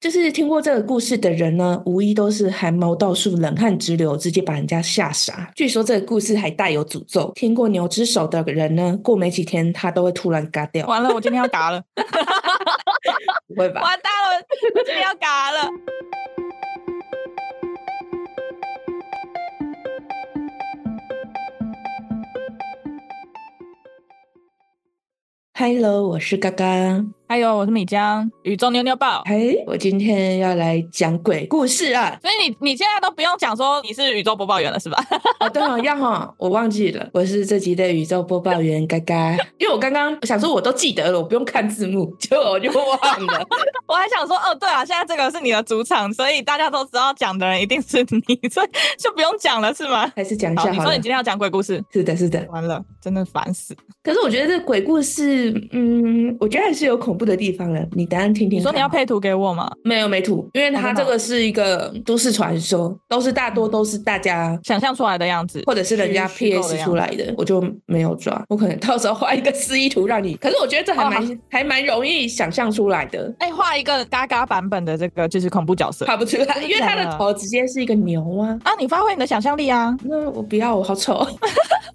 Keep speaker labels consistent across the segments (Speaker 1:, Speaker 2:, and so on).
Speaker 1: 就是听过这个故事的人呢，无疑都是汗毛倒竖、冷汗直流，直接把人家吓傻。据说这个故事还带有诅咒，听过牛之手的人呢，过没几天他都会突然嘎掉，
Speaker 2: 完了，我今天要 嘎了，
Speaker 1: 不会吧？
Speaker 2: 完蛋了，我今天要嘎了。
Speaker 1: Hello，我是嘎嘎。
Speaker 2: 还有，我是米江，宇宙妞妞报。
Speaker 1: 嘿，我今天要来讲鬼故事啊！
Speaker 2: 所以你你现在都不用讲说你是宇宙播报员了，是吧？
Speaker 1: 哦，对哦，要哈，我忘记了，我是这集的宇宙播报员嘎嘎。因为我刚刚想说我都记得了，我不用看字幕，结果我就忘 了。
Speaker 2: 我还想说，哦，对啊，现在这个是你的主场，所以大家都知道讲的人一定是你， 所以就不用讲了，是吗？
Speaker 1: 还是讲一
Speaker 2: 好，
Speaker 1: 下
Speaker 2: 你
Speaker 1: 好
Speaker 2: 说
Speaker 1: 了
Speaker 2: 你。今天要讲鬼故事，
Speaker 1: 是的，是的。
Speaker 2: 完了，真的烦死。
Speaker 1: 可是我觉得这鬼故事，嗯，我觉得还是有恐怖的地方的。你等一下听听看。
Speaker 2: 你说你要配图给我吗？
Speaker 1: 没有没图，因为它
Speaker 2: 真的
Speaker 1: 这
Speaker 2: 哦
Speaker 1: 个是一个都市传说，都是大多都是大家
Speaker 2: 想象出来的样子，
Speaker 1: 或者是人家
Speaker 2: 虚虚构的
Speaker 1: PS 出来的，我就没有抓。我可能到时候画一个示意图让你，可是我觉得这还
Speaker 2: 哦
Speaker 1: 蛮、还蛮容易想象出来的，
Speaker 2: 哎，画一个嘎嘎版本的这个就是恐怖角色
Speaker 1: 画不出来，因为他
Speaker 2: 真
Speaker 1: 的
Speaker 2: 的
Speaker 1: 头直接是一个牛啊。
Speaker 2: 啊！你发挥你的想象力啊，
Speaker 1: 那我不要，我好丑。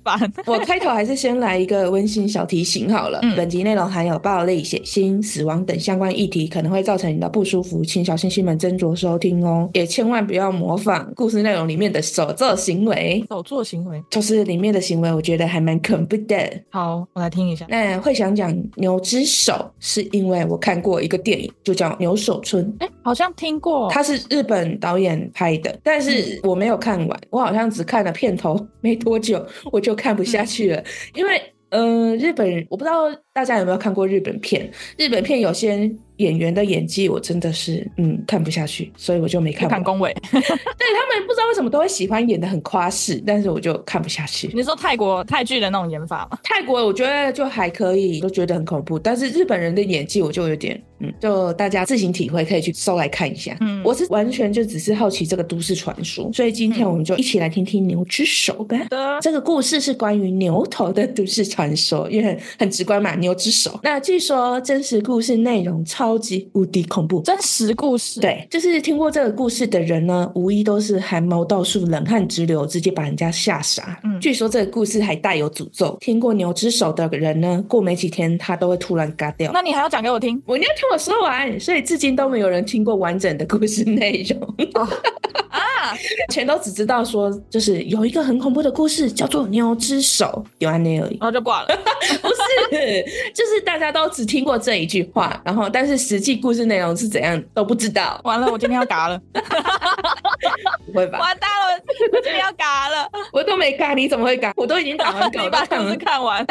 Speaker 2: 烦。
Speaker 1: 我开头还是先来一个温馨小提醒好了。
Speaker 2: 嗯
Speaker 1: 本集内容含有暴力、血腥、死亡等相关议题，可能会造成你的不舒服，请小星星们斟酌收听哦。也千万不要模仿故事内容里面的手作行为，
Speaker 2: 手作行为，
Speaker 1: 就是里面的行为，我觉得还蛮恐怖的。
Speaker 2: 好，我来听一下。
Speaker 1: 那会想讲牛之手，是因为我看过一个电影，就叫《牛手村》。
Speaker 2: 哎，好像听过，
Speaker 1: 它是日本导演拍的，但是我没有看完，我好像只看了片头，没多久 我就看不下去了，因为呃，日本我不知道大家有没有看过日本片，日本片有些演员的演技我真的是嗯看不下去，所以我就没看
Speaker 2: 不
Speaker 1: 完
Speaker 2: 敢。恭维。
Speaker 1: 对他们不知道为什么都会喜欢演的很夸饰，但是我就看不下去。
Speaker 2: 你说泰国泰剧的那种演法吗？
Speaker 1: 泰国我觉得就还可以，都觉得很恐怖，但是日本人的演技我就有点，嗯，就大家自行体会，可以去搜来看一下。
Speaker 2: 嗯
Speaker 1: 我是完全就只是好奇这个都市传说，所以今天我们就一起来听听牛之手吧。
Speaker 2: 的
Speaker 1: 这个故事是关于牛头的都市传说，因为很很直观嘛，牛之手。那据说真实故事内容超级无敌恐怖，
Speaker 2: 真实故事，，
Speaker 1: 对，就是听过这个故事的人呢，无疑都是汗毛倒竖、冷汗直流，直接把人家吓傻。
Speaker 2: 嗯
Speaker 1: 据说这个故事还带有诅咒，听过牛之手的人呢，过没几天他都会突然嘎掉。
Speaker 2: 那你还要讲给我听？
Speaker 1: 我你要听我说完，所以至今都没有人听过完整的故事内容，
Speaker 2: 哦 啊，
Speaker 1: 全都只知道说，就是有一个很恐怖的故事叫做牛之手，有安内而已。
Speaker 2: 然后就挂了。
Speaker 1: 不是，就是大家都只听过这一句话，然后但是实际故事内容是怎样都不知道，
Speaker 2: 完了，我今天要嘎了，
Speaker 1: 不会吧？
Speaker 2: 完蛋了，我今天要嘎了，
Speaker 1: 我都没干，你怎么会干？我都已经打完稿
Speaker 2: 你
Speaker 1: 都
Speaker 2: 把
Speaker 1: 看
Speaker 2: 故事
Speaker 1: 完。
Speaker 2: 看完。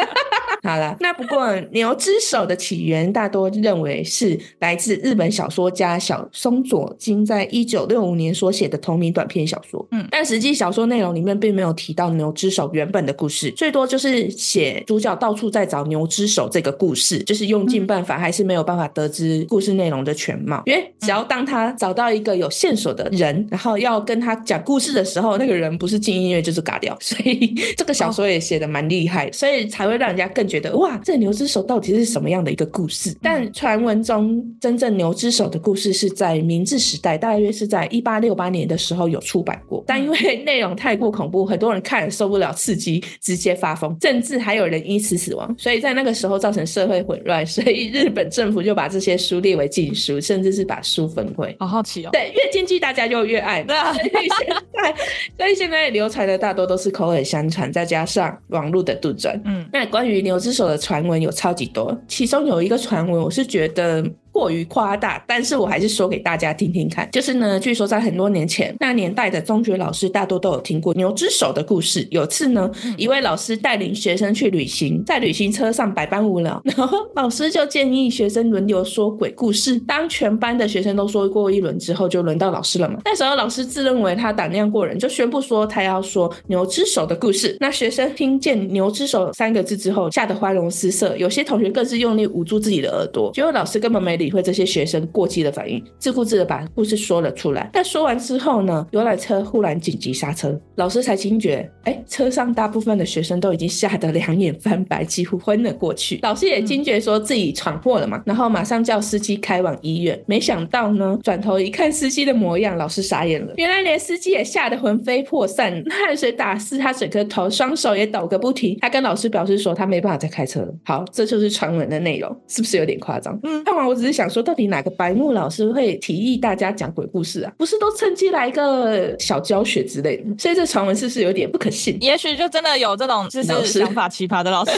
Speaker 1: 好了，那不过牛之手的起源大多认为是来自日本小说家小松左京在一九六五年所写的同名短篇小说。
Speaker 2: 嗯
Speaker 1: 但实际小说内容里面并没有提到牛之手原本的故事，最多就是写主角到处在找牛之手这个故事，就是用尽办法还是没有办法得知故事内容的全貌。因为只要当他找到一个有线索的人，然后要跟他讲故事的时候，那个人不是进音乐就是嘎掉，所以 这个小说也写的蛮厉害，所以才会让人家更觉得哦哇，这牛之手到底是什么样的一个故事？但传闻中真正牛之手的故事是在明治时代，大约是在一八六八年的时候有出版过，但因为内容太过恐怖，很多人看了受不了刺激，直接发疯，甚至还有人因此死亡，所以在那个时候造成社会混乱，所以日本政府就把这些书列为禁书，甚至是把书焚毁。
Speaker 2: 好好奇哦。
Speaker 1: 对，越禁忌大家就越爱嘛
Speaker 2: 对。啊，
Speaker 1: 所以现在，所以现在流传的大多都是口耳相传，再加上网络的杜撰。
Speaker 2: 嗯，
Speaker 1: 那关于牛之手的传闻有超级多，其中有一个传闻我是觉得过于夸大，但是我还是说给大家听听看。就是呢，据说在很多年前，那年代的中学老师大多都有听过牛之手的故事。有次呢，一位老师带领学生去旅行，在旅行车上百般无聊，然后老师就建议学生轮流说鬼故事。当全班的学生都说过一轮之后，就轮到老师了嘛。那时候老师自认为他胆量过人，就宣布说他要说牛之手的故事。那学生听见“牛之手”三个字之后，吓得花容失色，有些同学更是用力捂住自己的耳朵。结果老师根本没理理会这些学生过激的反应，自顾自的把故事说了出来。但说完之后呢，游览车忽然紧急刹车，老师才惊觉，哎，车上大部分的学生都已经吓得两眼翻白，几乎昏了过去。老师也惊觉说自己闯祸了嘛，然后马上叫司机开往医院。没想到呢，转头一看司机的模样，老师傻眼了，原来连司机也吓得魂飞魄散，汗水打湿他整个头，双手也抖个不停。他跟老师表示说他没办法再开车了。好，这就是传闻的内容，是不是有点夸张？
Speaker 2: 嗯
Speaker 1: 看完我只是想说，到底哪个白目老师会提议大家讲鬼故事啊？不是都趁机来一个小教学之类的？所以这传闻是不是有点不可信？
Speaker 2: 也许就真的有这种就
Speaker 1: 老
Speaker 2: 是
Speaker 1: 师
Speaker 2: 想法奇葩的老 师。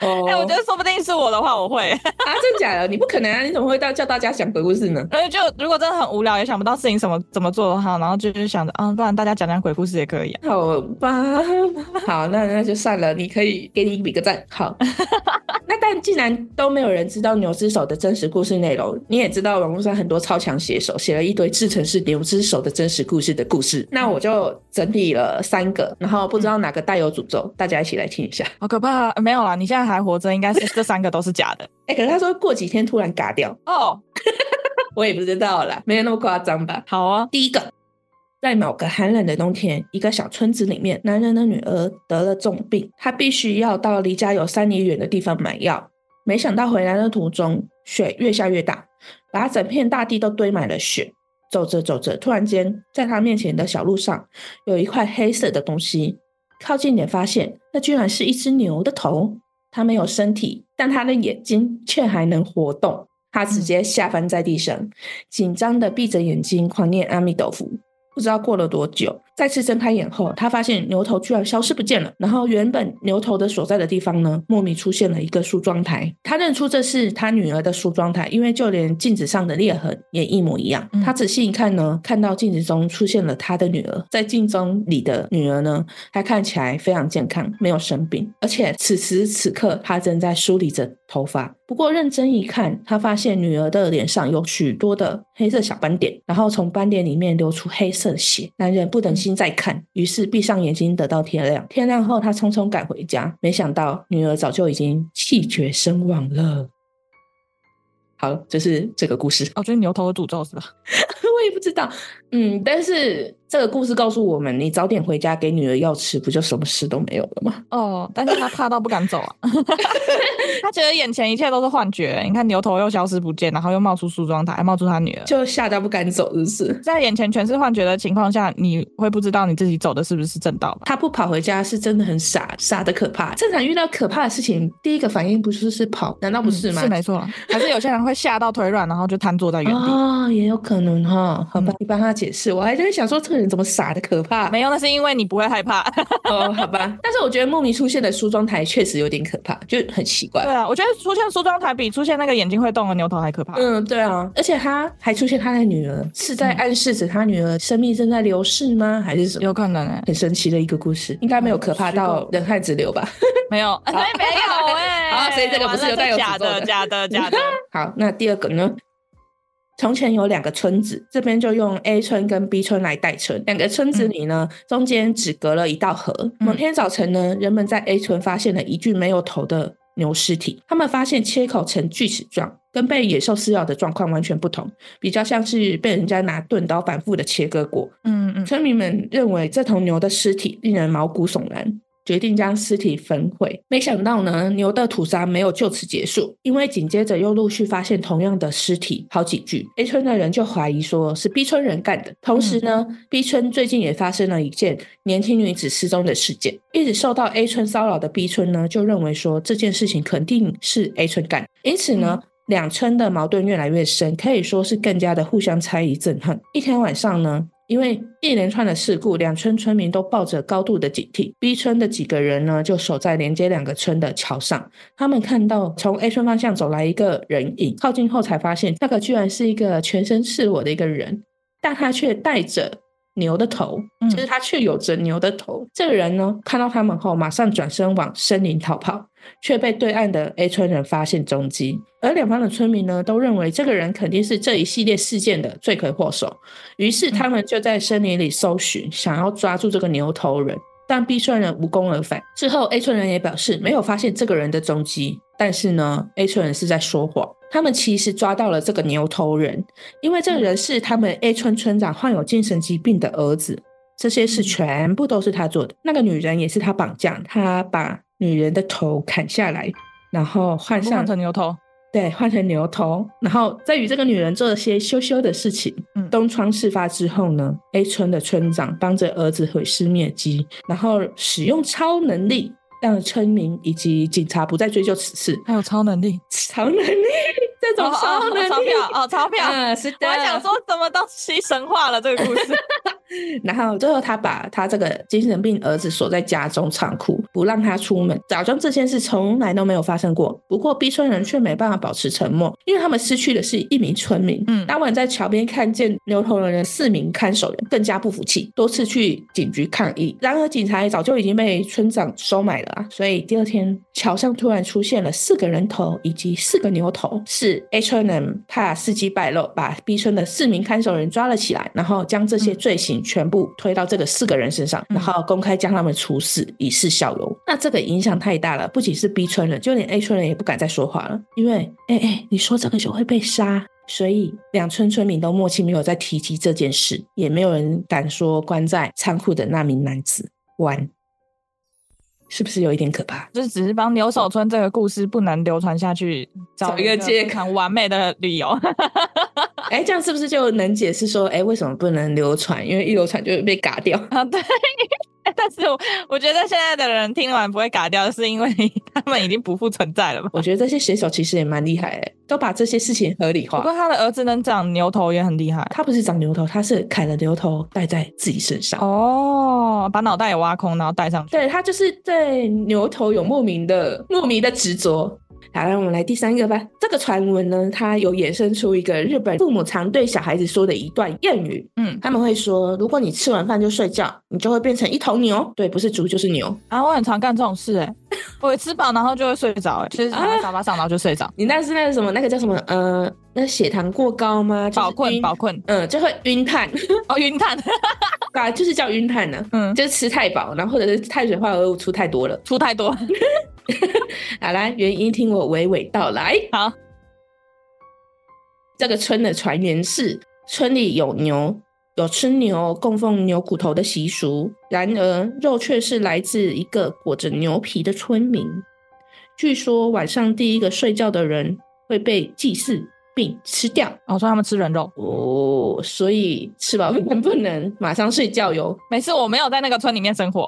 Speaker 1: 哦
Speaker 2: 哎、我觉得说不定是我的话，我会，
Speaker 1: 啊，真假的？你不可能啊！你怎么会到叫大家讲鬼故事呢？
Speaker 2: 因为就如果真的很无聊，也想不到事情怎么怎么做的话，然后就是想着，啊，不然大家讲讲鬼故事也可以、啊。
Speaker 1: 好吧， 好，那那就算了，你可以给你比个赞。好，那但既然都没有人知道牛之手的真实故事内容，你也知道网络上很多超强写手写了一堆制成是牛之手的真实故事的故事，那我就整理了三个，然后不知道哪个带有诅咒，大家一起来听一下。
Speaker 2: 好可怕、啊！没有啦，你现在还活着，应该是这三个都是假的
Speaker 1: 哎、可是他说过几天突然嘎掉，
Speaker 2: 哦。
Speaker 1: 我也不知道啦，没有那么夸张吧？
Speaker 2: 好啊，
Speaker 1: 第一个，在某个寒冷的冬天，一个小村子里面，男人的女儿得了重病，她必须要到离家有三里远的地方买药。没想到回来的途中，雪越下越大，把整片大地都堆满了雪。走着走着，突然间，在他面前的小路上有一块黑色的东西，靠近点发现，那居然是一只牛的头。它没有身体，但它的眼睛却还能活动。他直接下翻在地上，紧张的闭着眼睛狂念阿弥陀佛。不知道过了多久，再次睁开眼后，他发现牛头居然消失不见了。然后原本牛头的所在的地方呢，莫名出现了一个梳妆台。他认出这是他女儿的梳妆台，因为就连镜子上的裂痕也一模一样
Speaker 2: 嗯。
Speaker 1: 他仔细一看呢，看到镜子中出现了他的女儿，在镜中里的女儿呢，她看起来非常健康，没有生病，而且此时此刻她正在梳理着头发。不过认真一看，她发现女儿的脸上有许多的黑色小斑点，然后从斑点里面流出黑色的血。男人不忍心再看，于是闭上眼睛等到天亮。天亮后，他匆匆赶回家，没想到女儿早就已经气绝身亡了。好，这是这个故事。
Speaker 2: 哦，就是牛头的诅咒是吧？
Speaker 1: 我也不知道，嗯，但是这个故事告诉我们，你早点回家给女儿药吃，不就什么事都没有了吗？
Speaker 2: 哦，但是他怕到不敢走啊， 他觉得眼前一切都是幻觉。欸你看牛头又消失不见，然后又冒出梳妆台，冒出他女儿。
Speaker 1: 就吓到不敢走，是不是？
Speaker 2: 在眼前全是幻觉的情况下，你会不知道你自己走的是不是正道吧？
Speaker 1: 他不跑回家是真的很傻，傻的可怕。正常遇到可怕的事情，第一个反应不是是跑，难道不是吗？
Speaker 2: 嗯是没错啦，还是有些人会吓到腿软，然后就瘫坐在原地。嗯
Speaker 1: 哦，也有可能哈。好吧，你帮他解释。我还在想说，这个人怎么傻的可怕？
Speaker 2: 没有，那是因为你不会害 怕。
Speaker 1: 哦，好吧。但是我觉得莫名出现的梳妆台确实有点可怕，就很奇怪
Speaker 2: 对。啊，我觉得出现梳妆台比出现那个眼睛会动的牛头还可怕。
Speaker 1: 嗯，对啊，而且他还出现他的女儿，是在
Speaker 2: 嗯
Speaker 1: 暗示着他女儿生命正在流逝吗？还是什么？
Speaker 2: 有可能哎、
Speaker 1: 很神奇的一个故事，应该没有可怕
Speaker 2: 虚构
Speaker 1: 到人汗直流吧？
Speaker 2: 没 有，哎没有哎、
Speaker 1: 好所以这个不是有带有诅
Speaker 2: 假
Speaker 1: 咒的
Speaker 2: 的，假的，假的。
Speaker 1: 好，那第二个呢？从前有两个村子，这边就用 A 村跟 B 村来代称。两个村子里呢，中间只隔了一道河。
Speaker 2: 嗯
Speaker 1: 某天早晨呢，人们在 A 村发现了一具没有头的牛尸体。他们发现切口呈锯齿状，跟被野兽撕咬的状况完全不同，比较像是被人家拿钝刀反复的切割过。
Speaker 2: 嗯嗯，
Speaker 1: 村民们认为这头牛的尸体令人毛骨悚然，决定将尸体焚毁。没想到呢，牛的屠杀没有就此结束，因为紧接着又陆续发现同样的尸体好几具。A 村的人就怀疑说是 B 村人干的。同时呢、b 村最近也发生了一件年轻女子失踪的事件，一直受到 A 村骚扰的 B 村呢，就认为说这件事情肯定是 A 村干的。因此呢，两村的矛盾越来越深，可以说是更加的互相猜疑、憎恨。一天晚上呢，因为一连串的事故，两村村民都抱着高度的警惕。B 村的几个人呢，就守在连接两个村的桥上。他们看到从 A 村方向走来一个人影，靠近后才发现，那个居然是一个全身赤裸的一个人，但他却戴着。牛的头，
Speaker 2: 嗯
Speaker 1: 就是他却有着牛的头。这个人呢，看到他们后，马上转身往森林逃跑。却被对岸的 A 村人发现踪迹，而两方的村民呢都认为这个人肯定是这一系列事件的罪魁祸首，于是他们就在森林里搜寻，想要抓住这个牛头人。但 B 村人无功而返。之后，A 村人也表示没有发现这个人的踪迹，但是呢，A 村人是在说谎。他们其实抓到了这个牛头人，因为这个人是他们 A 村村长患有精神疾病的儿子，这些事全部都是他做的。那个女人也是他绑架，他把女人的头砍下来，然后换
Speaker 2: 换
Speaker 1: 上
Speaker 2: 成牛头，
Speaker 1: 对，换成牛头，然后再与这个女人做了些羞羞的事情。
Speaker 2: 嗯
Speaker 1: 东窗事发之后呢，A 村的村长帮着儿子毁尸灭迹，然后使用超能力让村民以及警察不再追究此事。
Speaker 2: 还有超能力，
Speaker 1: 超能力，这种超能
Speaker 2: 哦钞
Speaker 1: 力，
Speaker 2: 票哦，钞票。
Speaker 1: 嗯，是
Speaker 2: 我
Speaker 1: 的。
Speaker 2: 还想说什么东西神话了这个故事，
Speaker 1: 然后最后他把他这个精神病儿子锁在家中仓库，不让他出门，假装这件事从来都没有发生过。不过 B 村人却没办法保持沉默，因为他们失去的是一名村民。
Speaker 2: 嗯
Speaker 1: 当晚在桥边看见牛头人的四名看守人，更加不服气，多次去警局抗议。然而警察早就已经被村长收买了啊，所以第二天桥上突然出现了四个人头以及四个牛头，是 A 村人怕事机败露，把 B 村的四名看守人抓了起来，然后将这些罪行全部推到这个四个人身上，
Speaker 2: 嗯
Speaker 1: 然后公开将他们处死，以示效尤。那这个影响太大了，不仅是 B 村人，就连 A 村人也不敢再说话了，因为哎哎，你说这个就会被杀，所以两村村民都默契没有再提及这件事，也没有人敢说关在仓库的那名男子。完，是不是有一点可怕？
Speaker 2: 就是只是帮牛首村这个故事不能流传下去
Speaker 1: 找一个借口
Speaker 2: 非常完美的理由。
Speaker 1: 哎，这样是不是就能解释说，哎，为什么不能流传？因为一流传就会被嘎掉。
Speaker 2: 啊，对。但是我我觉得现在的人听完不会嘎掉，是因为他们已经不复存在了吧？
Speaker 1: 我觉得这些写手其实也蛮厉害、的，都把这些事情合理
Speaker 2: 不
Speaker 1: 化
Speaker 2: 过。他的儿子能长牛头也很厉害
Speaker 1: 他不是长牛头，他是砍了牛头戴在自己身上。
Speaker 2: 哦，把脑袋也挖空，然后戴上去。
Speaker 1: 对他就是对牛头有莫名的莫名的执着。好，让我们来第三个吧。这个传闻呢，它有衍生出一个日本父母常对小孩子说的一段谚语，
Speaker 2: 嗯，
Speaker 1: 他们会说：如果你吃完饭就睡觉，你就会变成一头牛。对，不是猪就是牛。
Speaker 2: 然后我很常干这种事、哎，我一吃饱然后就会睡着、哎，就是躺在沙发上然后就睡着，
Speaker 1: 你那是那个什么，那个叫什么？呃，那血糖过高吗？就是
Speaker 2: 饱困
Speaker 1: 晕
Speaker 2: 饱困，
Speaker 1: 嗯，就会晕碳，
Speaker 2: 哦，晕碳，
Speaker 1: 啊，就是叫晕碳呢、
Speaker 2: 嗯，
Speaker 1: 就是吃太饱，然后或者是碳水化合物出太多了。
Speaker 2: 出太多，
Speaker 1: 好啦，原因听我娓娓道来。
Speaker 2: 好，
Speaker 1: 这个村的传言是，村里有牛，有吃牛供奉牛骨头的习俗。然而，肉却是来自一个裹着牛皮的村民。据说晚上第一个睡觉的人会被祭祀并吃掉
Speaker 2: 哦，说他们吃人肉。
Speaker 1: 哦，所以吃饱饭不能马上睡觉哟。
Speaker 2: 没事，我没有在那个村里面生活。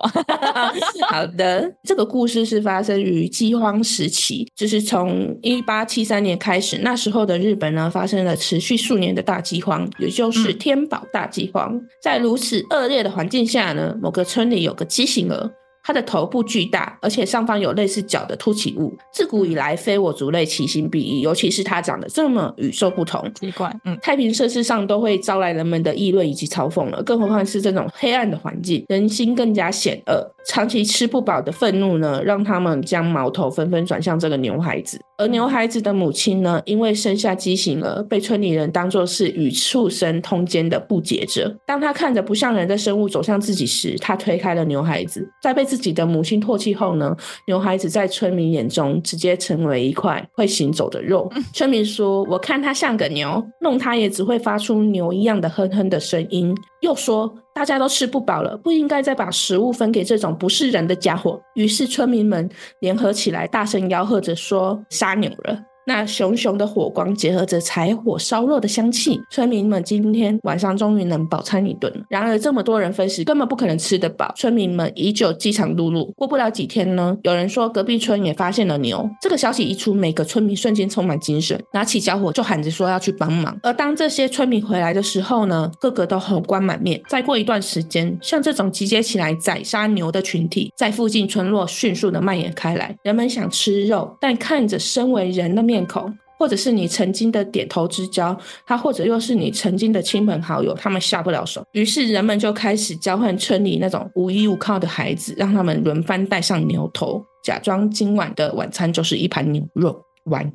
Speaker 1: 好的，这个故事是发生于饥荒时期，就是从一八七三年开始，那时候的日本呢发生了持续数年的大饥荒，也就是
Speaker 2: 嗯
Speaker 1: 天保大饥荒。在如此恶劣的环境下呢，某个村里有个畸形儿。它的头部巨大，而且上方有类似角的凸起物。自古以来，非我族类其心必异，尤其是它长得这么与众不同，
Speaker 2: 奇怪， 嗯，
Speaker 1: 太平盛世上都会招来人们的议论以及嘲讽了，更何况是这种黑暗的环境，人心更加险恶。长期吃不饱的愤怒呢，让他们将矛头纷纷转向这个牛孩子。而牛孩子的母亲呢，因为生下畸形儿，被村里人当作是与畜生通奸的不洁者。当他看着不像人的生物走向自己时，他推开了牛孩子。在被自己的母亲唾弃后呢，牛孩子在村民眼中直接成为一块会行走的肉。 村民说：“我看它像个牛，弄它也只会发出牛一样的哼哼的声音。”又说：“大家都吃不饱了，不应该再把食物分给这种不是人的家伙。”于是村民们联合起来，大声吆喝着说：“杀牛了！”那熊熊的火光结合着柴火烧肉的香气，村民们今天晚上终于能饱餐一顿了。然而，这么多人分食，根本不可能吃得饱。村民们依旧饥肠辘辘。过不了几天呢，有人说隔壁村也发现了牛。这个消息一出，每个村民瞬间充满精神，拿起小火就喊着说要去帮忙。而当这些村民回来的时候呢，个个都红光满面。再过一段时间，像这种集结起来宰杀牛的群体，在附近村落迅速的蔓延开来。人们想吃肉，但看着身为人的面孔，或者是你曾经的点头之交，他或者又是你曾经的亲朋好友，他们下不了手。于是人们就开始交换村里那种无依无靠的孩子，让他们轮番戴上牛头，假装今晚的晚餐就是一盘牛肉。完。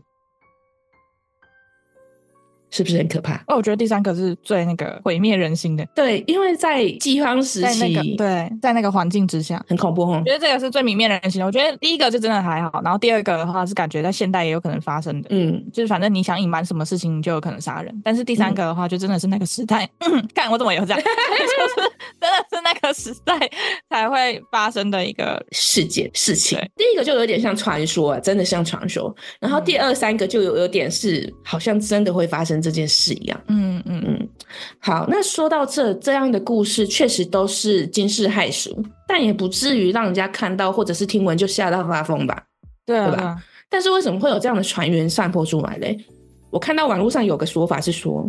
Speaker 1: 是不是很可怕？
Speaker 2: 哦，我觉得第三个是最那个毁灭人心的，
Speaker 1: 对，因为在饥荒时
Speaker 2: 在那
Speaker 1: 期，
Speaker 2: 个对，在那个环境之下，
Speaker 1: 很恐怖哦
Speaker 2: 我。觉得这个是最泯灭人心的。我觉得第一个就真的还好，然后第二个的话是感觉在现代也有可能发生的，
Speaker 1: 嗯，
Speaker 2: 就是反正你想隐瞒什么事情，你就有可能杀人。但是第三个的话，就真的是那个时代， 看我怎么有这样， 就是真的是那个时代才会发生的一个。
Speaker 1: 事件事情
Speaker 2: 对，
Speaker 1: 第一个就有点像传说、啊，真的像传说。然后
Speaker 2: 嗯
Speaker 1: 第二、三个就有有点是好像真的会发生这件事一样。
Speaker 2: 嗯嗯，
Speaker 1: 嗯，好，那说到这这样的故事，确实都是惊世骇俗，但也不至于让人家看到或者是听闻就吓到发疯吧。
Speaker 2: 对啊
Speaker 1: 对吧
Speaker 2: 对啊
Speaker 1: 但是为什么会有这样的传言散播出来嘞？我看到网络上有个说法是说，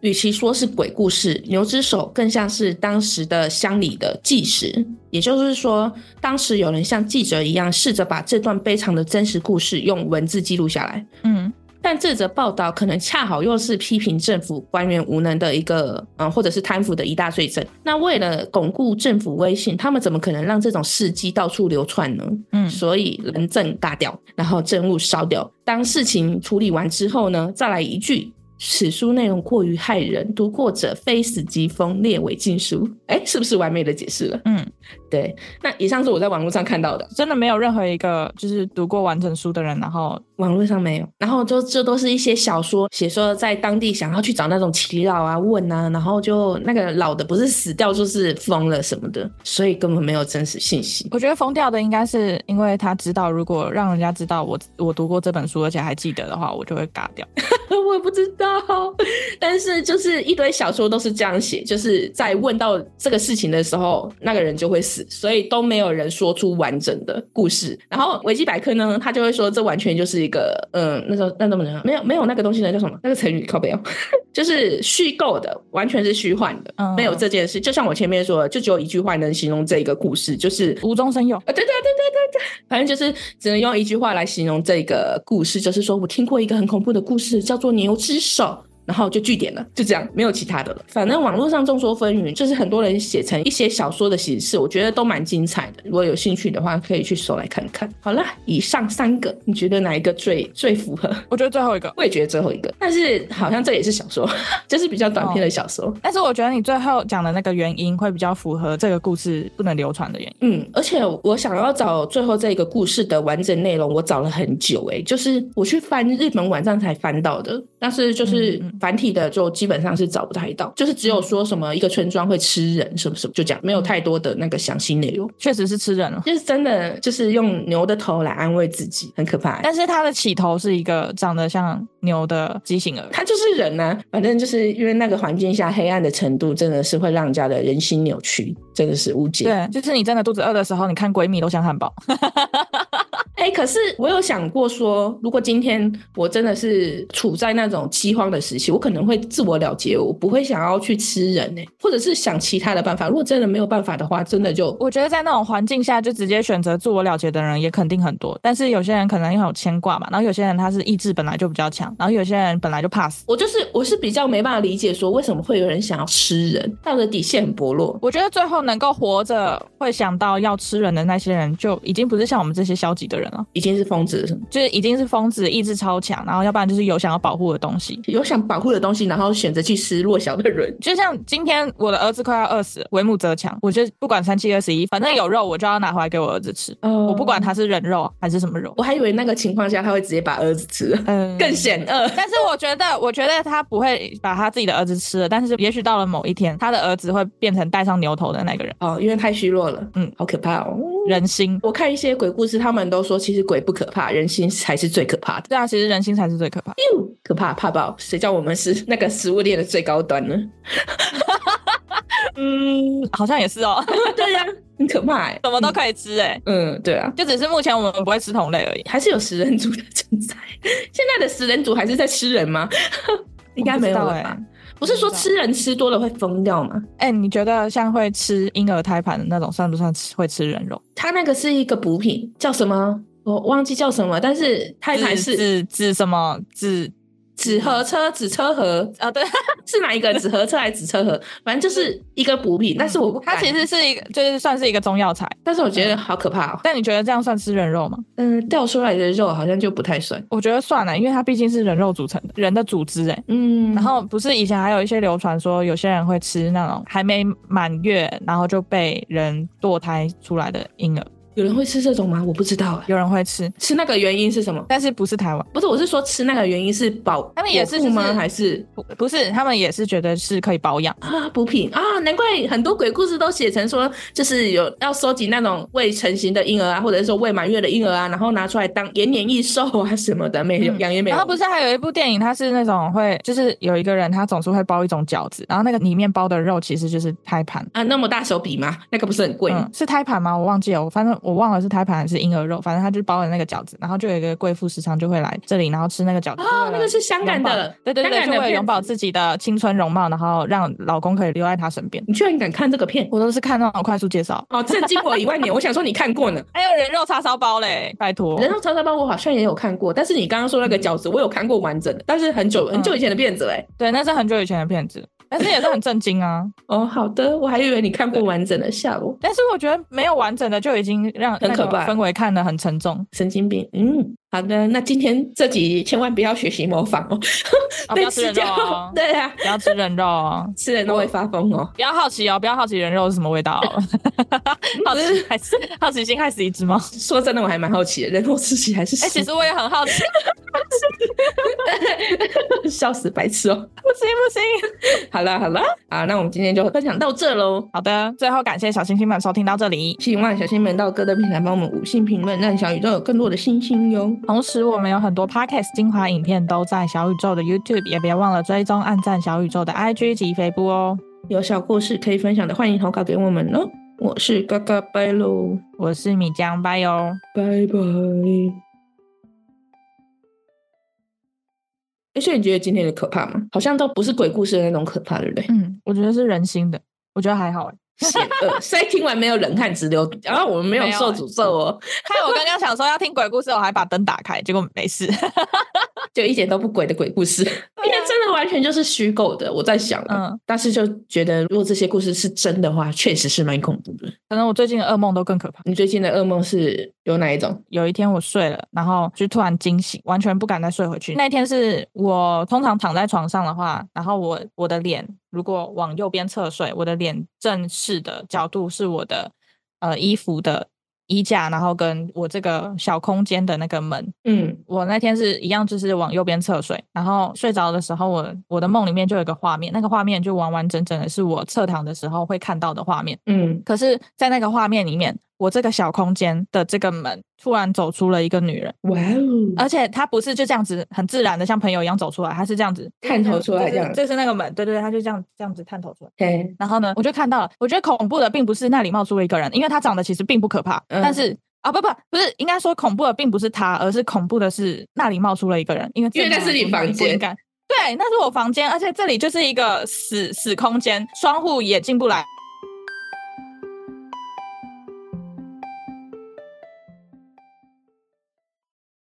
Speaker 1: 与其说是鬼故事，牛之手更像是当时的乡里的纪实，也就是说，当时有人像记者一样，试着把这段悲惨的真实故事用文字记录下来。
Speaker 2: 嗯
Speaker 1: 但这则报道可能恰好又是批评政府官员无能的一个，嗯，或者是贪腐的一大罪证。那为了巩固政府威信，他们怎么可能让这种事迹到处流窜呢？
Speaker 2: 嗯
Speaker 1: 所以人证打掉，然后证物烧掉。当事情处理完之后呢，再来一句。此书内容过于害人，读过者非死即疯，列为禁书。哎，是不是完美的解释了？
Speaker 2: 嗯，
Speaker 1: 对，那以上是我在网络上看到的，
Speaker 2: 真的没有任何一个就是读过完整书的人，啊然后
Speaker 1: 网络上没有。然后就这都是一些小说写说在当地想要去找那种耆老啊问啊，然后就那个老的不是死掉就是疯了什么的，所以根本没有真实信息。
Speaker 2: 我觉得疯掉的应该是因为他知道，如果让人家知道我我读过这本书，而且还记得的话，我就会嘎 掉。
Speaker 1: 我也不知道，但是就是一堆小说都是这样写，就是在问到这个事情的时候，那个人就会死，所以都没有人说出完整的故事。然后维基百科呢，他就会说这完全就是一个，嗯，那时候那怎么讲？没有没有那个东西呢，叫什么？那个成语靠背哦， 就是虚构的，完全是虚幻的，
Speaker 2: 嗯
Speaker 1: 没有这件事。就像我前面说的，就只有一句话能形容这一个故事，就是
Speaker 2: 无中生有，
Speaker 1: 啊，对对对对对对，反正就是只能用一句话来形容这个故事，就是说我听过一个很恐怖的故事，叫做牛之手。然后就据点了，就这样，没有其他的了。反正网络上众说纷纭，就是很多人写成一些小说的形式，我觉得都蛮精彩的。如果有兴趣的话，可以去搜来看看。好啦，以上三个，你觉得哪一个最最符合？
Speaker 2: 我觉得最后一个。
Speaker 1: 我也觉得最后一个，但是好像这也是小说， 这是比较短篇的小说。
Speaker 2: 但是我觉得你最后讲的那个原因会比较符合这个故事不能流传的原因。
Speaker 1: 嗯，而且我想要找最后这个故事的完整内容，我找了很久诶、就是我去翻日本网站才翻到的，但是就是
Speaker 2: 嗯嗯嗯
Speaker 1: 繁体的就基本上是找不太到，就是只有说什么一个村庄会吃人什么什么，就这样，没有太多的那个详细内容。
Speaker 2: 确实是吃人了，
Speaker 1: 就是真的，就是用牛的头来安慰自己，很可怕欸、
Speaker 2: 但是它的起头是一个长得像牛的畸形儿。
Speaker 1: 他就是人呢、反正就是因为那个环境下黑暗的程度，真的是会让人家的人心扭曲，真的是无解。
Speaker 2: 对，啊就是你真的肚子饿的时候，你看闺蜜都像汉堡。
Speaker 1: 哎、可是我有想过说，如果今天我真的是处在那种饥荒的时期，我可能会自我了结，我不会想要去吃人呢、或者是想其他的办法。如果真的没有办法的话，真的就
Speaker 2: 我觉得在那种环境下，就直接选择自我了结的人也肯定很多。但是有些人可能因为有牵挂嘛，然后有些人他是意志本来就比较强，然后有些人本来就怕死。
Speaker 1: 我就是我是比较没办法理解说为什么会有人想要吃人，道德底线很薄弱。
Speaker 2: 我觉得最后能够活着会想到要吃人的那些人，就已经不是像我们这些消极的人了，
Speaker 1: 已经是疯子了，
Speaker 2: 就是已经是疯子，意志超强，然后要不然就是有想要保护的东西。
Speaker 1: 有想保护的东西，然后选择去吃弱小的人。
Speaker 2: 就像今天我的儿子快要饿死了，为母则强，我就不管三七二十一，反正有肉我就要拿回来给我儿子吃，
Speaker 1: 哦
Speaker 2: 我不管，他是人肉还是什么肉，
Speaker 1: 我还以为那个情况下他会直接把儿子吃了，
Speaker 2: 嗯、
Speaker 1: 更险恶。
Speaker 2: 但是我觉得，我觉得他不会把他自己的儿子吃了，但是也许到了某一天，他的儿子会变成戴上牛头的那个人，
Speaker 1: 哦，因为太虚弱了，
Speaker 2: 嗯
Speaker 1: 好可怕哦。
Speaker 2: 人心。
Speaker 1: 我看一些鬼故事，他们都说其实鬼不可怕，人心才是最可怕的。
Speaker 2: 对啊，其实人心才是最可怕的。
Speaker 1: 哟可怕怕爆！谁叫我们是 那个食物链的最高端呢？
Speaker 2: 嗯，好像也是哦，
Speaker 1: 啊对呀、很可怕哎、
Speaker 2: 什么都可以吃哎、
Speaker 1: 嗯，对啊，
Speaker 2: 就只是目前我们不会吃同类而已。
Speaker 1: 还是有食人族的存在。现在的食人族还是在吃人吗？ 应该没有了吧？不是说吃人吃多了会疯掉吗？
Speaker 2: 哎、欸你觉得像会吃婴儿胎盘的那种，算不算吃会吃人肉？
Speaker 1: 它那个是一个补品，叫什么？我忘记叫什么，但是胎盘是
Speaker 2: 自自什么自
Speaker 1: 纸盒车、纸车盒
Speaker 2: 啊，对，
Speaker 1: 是哪一个？纸盒车还是纸车盒？反正就是一个补品，但是我不
Speaker 2: 它
Speaker 1: 敢，
Speaker 2: 其实是一个，就是算是一个中药材。
Speaker 1: 但是我觉得好可怕哦。
Speaker 2: 但你觉得这样算吃人肉吗？
Speaker 1: 嗯，掉出来的肉好像就不太算。
Speaker 2: 我觉得算啊了，因为它毕竟是人肉组成的人的组织哎、
Speaker 1: 嗯
Speaker 2: 然后不是以前还有一些流传说，有些人会吃那种还没满月，然后就被人堕胎出来的婴儿，
Speaker 1: 有人会吃这种吗？我不知道、欸。
Speaker 2: 有人会吃，
Speaker 1: 吃那个原因是什么？
Speaker 2: 但是不是台湾，
Speaker 1: 不是，我是说吃那个原因是保，
Speaker 2: 他们也是
Speaker 1: 果腹
Speaker 2: 就
Speaker 1: 吗？
Speaker 2: 是
Speaker 1: 还是
Speaker 2: 不不是，他们也是觉得是可以保养。
Speaker 1: 啊补品啊？难怪很多鬼故事都写成说，就是有要收集那种未成型的婴儿啊，或者是说未满月的婴儿啊，然后拿出来当延年益寿啊什么的，没有
Speaker 2: 嗯
Speaker 1: 养颜美
Speaker 2: 然后
Speaker 1: 容。
Speaker 2: 不是还有一部电影，它是那种会，就是有一个人他总是会包一种饺子，然后那个里面包的肉其实就是胎盘。
Speaker 1: 啊，那么大手笔吗？那个不是很贵吗？
Speaker 2: 嗯，是胎盘吗？我忘记了，我反正我忘了是胎盘还是婴儿肉，反正他就包了那个饺子，然后就有一个贵妇时常就会来这里，然后吃那个饺子。就为
Speaker 1: 哦
Speaker 2: 了，
Speaker 1: 那个是香港
Speaker 2: 拥
Speaker 1: 的
Speaker 2: 抱，对对
Speaker 1: 香
Speaker 2: 对，
Speaker 1: 港
Speaker 2: 就
Speaker 1: 的
Speaker 2: 为了
Speaker 1: 片
Speaker 2: 拥抱自己的青春容貌，然后让老公可以留在他身边。
Speaker 1: 你居然敢看这个片？
Speaker 2: 我都是看那种快速介绍，
Speaker 1: 哦，震惊我一万年！我想说你看过呢，
Speaker 2: 还有人肉叉烧包嘞，拜托
Speaker 1: 《人，肉叉烧包》我好像也有看过，但是你刚刚说
Speaker 2: 嗯
Speaker 1: 那个饺子，我有看过完整的，但是很久很久以前的片子哎、
Speaker 2: 对，那是很久以前的片子，但是也是很震惊啊。
Speaker 1: 哦，好的，我还以为你看过完整的，吓我，
Speaker 2: 但是我觉得没有完整的就已经让
Speaker 1: 很
Speaker 2: 那个
Speaker 1: 可怕
Speaker 2: 氛围看得很 沉重。
Speaker 1: 神经病。嗯，好的，那今天这集千万不要学习模仿哦，
Speaker 2: 哦不
Speaker 1: 被
Speaker 2: 要吃
Speaker 1: 吃
Speaker 2: 人肉
Speaker 1: 掉，，
Speaker 2: 哦
Speaker 1: 对啊，
Speaker 2: 不要吃人肉哦，
Speaker 1: 吃人都会发疯哦。
Speaker 2: 不要好奇哦，不要好奇人肉是什么味道 哦，好
Speaker 1: 嗯
Speaker 2: 奇害死，好奇心害死一只猫。
Speaker 1: 说真的，我还蛮好奇的，人肉吃起来是
Speaker 2: 哎、
Speaker 1: 什
Speaker 2: 其实我也很好奇，
Speaker 1: 么 笑死白痴哦。
Speaker 2: 不行不行。
Speaker 1: 好啦好啦，啊，那我们今天就分享到这喽。
Speaker 2: 好的，最后感谢小星星们收听到这里。
Speaker 1: 希望小新们到各大平台帮我们五星评论，让小宇宙有更多的星星哟。
Speaker 2: 同时，我们有很多 podcast 精华影片都在小宇宙的 YouTube，也别忘了追踪、按赞小宇宙的 IG 及肥布哦。
Speaker 1: 有小故事可以分享的，欢迎投稿给我们哦。我是嘎嘎拜喽，
Speaker 2: 我是米江，拜哦哟。？
Speaker 1: 拜拜。而哎且你觉得今天的可怕吗？好像都不是鬼故事的那种可怕， 对不对
Speaker 2: 嗯，我觉得是人心的，我觉得还好哎。
Speaker 1: 险恶，所以听完没有冷汗直流，然后我们没有
Speaker 2: 没有
Speaker 1: 受
Speaker 2: 欸
Speaker 1: 诅咒哦，
Speaker 2: 害我刚刚想说要听鬼故事，我还把灯打开，结果没事。
Speaker 1: 就一点都不鬼的鬼故事， 因为真的完全就是虚构的。我在想，啊嗯
Speaker 2: 嗯，
Speaker 1: 但是就觉得如果这些故事是真的话，确实是蛮恐怖的。
Speaker 2: 可能我最近的噩梦都更可怕。
Speaker 1: 你最近的噩梦是有哪一种？
Speaker 2: 有一天我睡了，然后就突然惊醒，完全不敢再睡回去。那天是我通常躺在床上的话，然后我我的脸如果往右边侧睡，我的脸正视的角度是我的呃衣服的衣架，然后跟我这个小空间的那个门。
Speaker 1: 嗯，
Speaker 2: 我那天是一样，就是往右边侧睡，然后睡着的时候我，我的梦里面就有一个画面，那个画面就完完整整的是我侧躺的时候会看到的画面。
Speaker 1: 嗯，
Speaker 2: 可是，在那个画面里面，我这个小空间的这个门突然走出了一个女人，
Speaker 1: 哇哦，
Speaker 2: 而且她不是就这样子很自然的像朋友一样走出来，她是这样子
Speaker 1: 探头出来
Speaker 2: 这
Speaker 1: 这样
Speaker 2: 样，，就是那个门，对对对，她就这样这样子探头出来。
Speaker 1: 嘿，
Speaker 2: 然后呢，我就看到了，我觉得恐怖的并不是那里冒出了一个人，因为她长得其实并不可怕，
Speaker 1: 嗯
Speaker 2: 但是。啊、不不不是，应该说恐怖的并不是她，而是恐怖的是那里冒出了一个人，因为
Speaker 1: 因为
Speaker 2: 正
Speaker 1: 那
Speaker 2: 常
Speaker 1: 是
Speaker 2: 来
Speaker 1: 你
Speaker 2: 说
Speaker 1: 房
Speaker 2: 那里不
Speaker 1: 间
Speaker 2: 应该对，那是我房间，而且这里就是一个死死空间，窗户也进不来，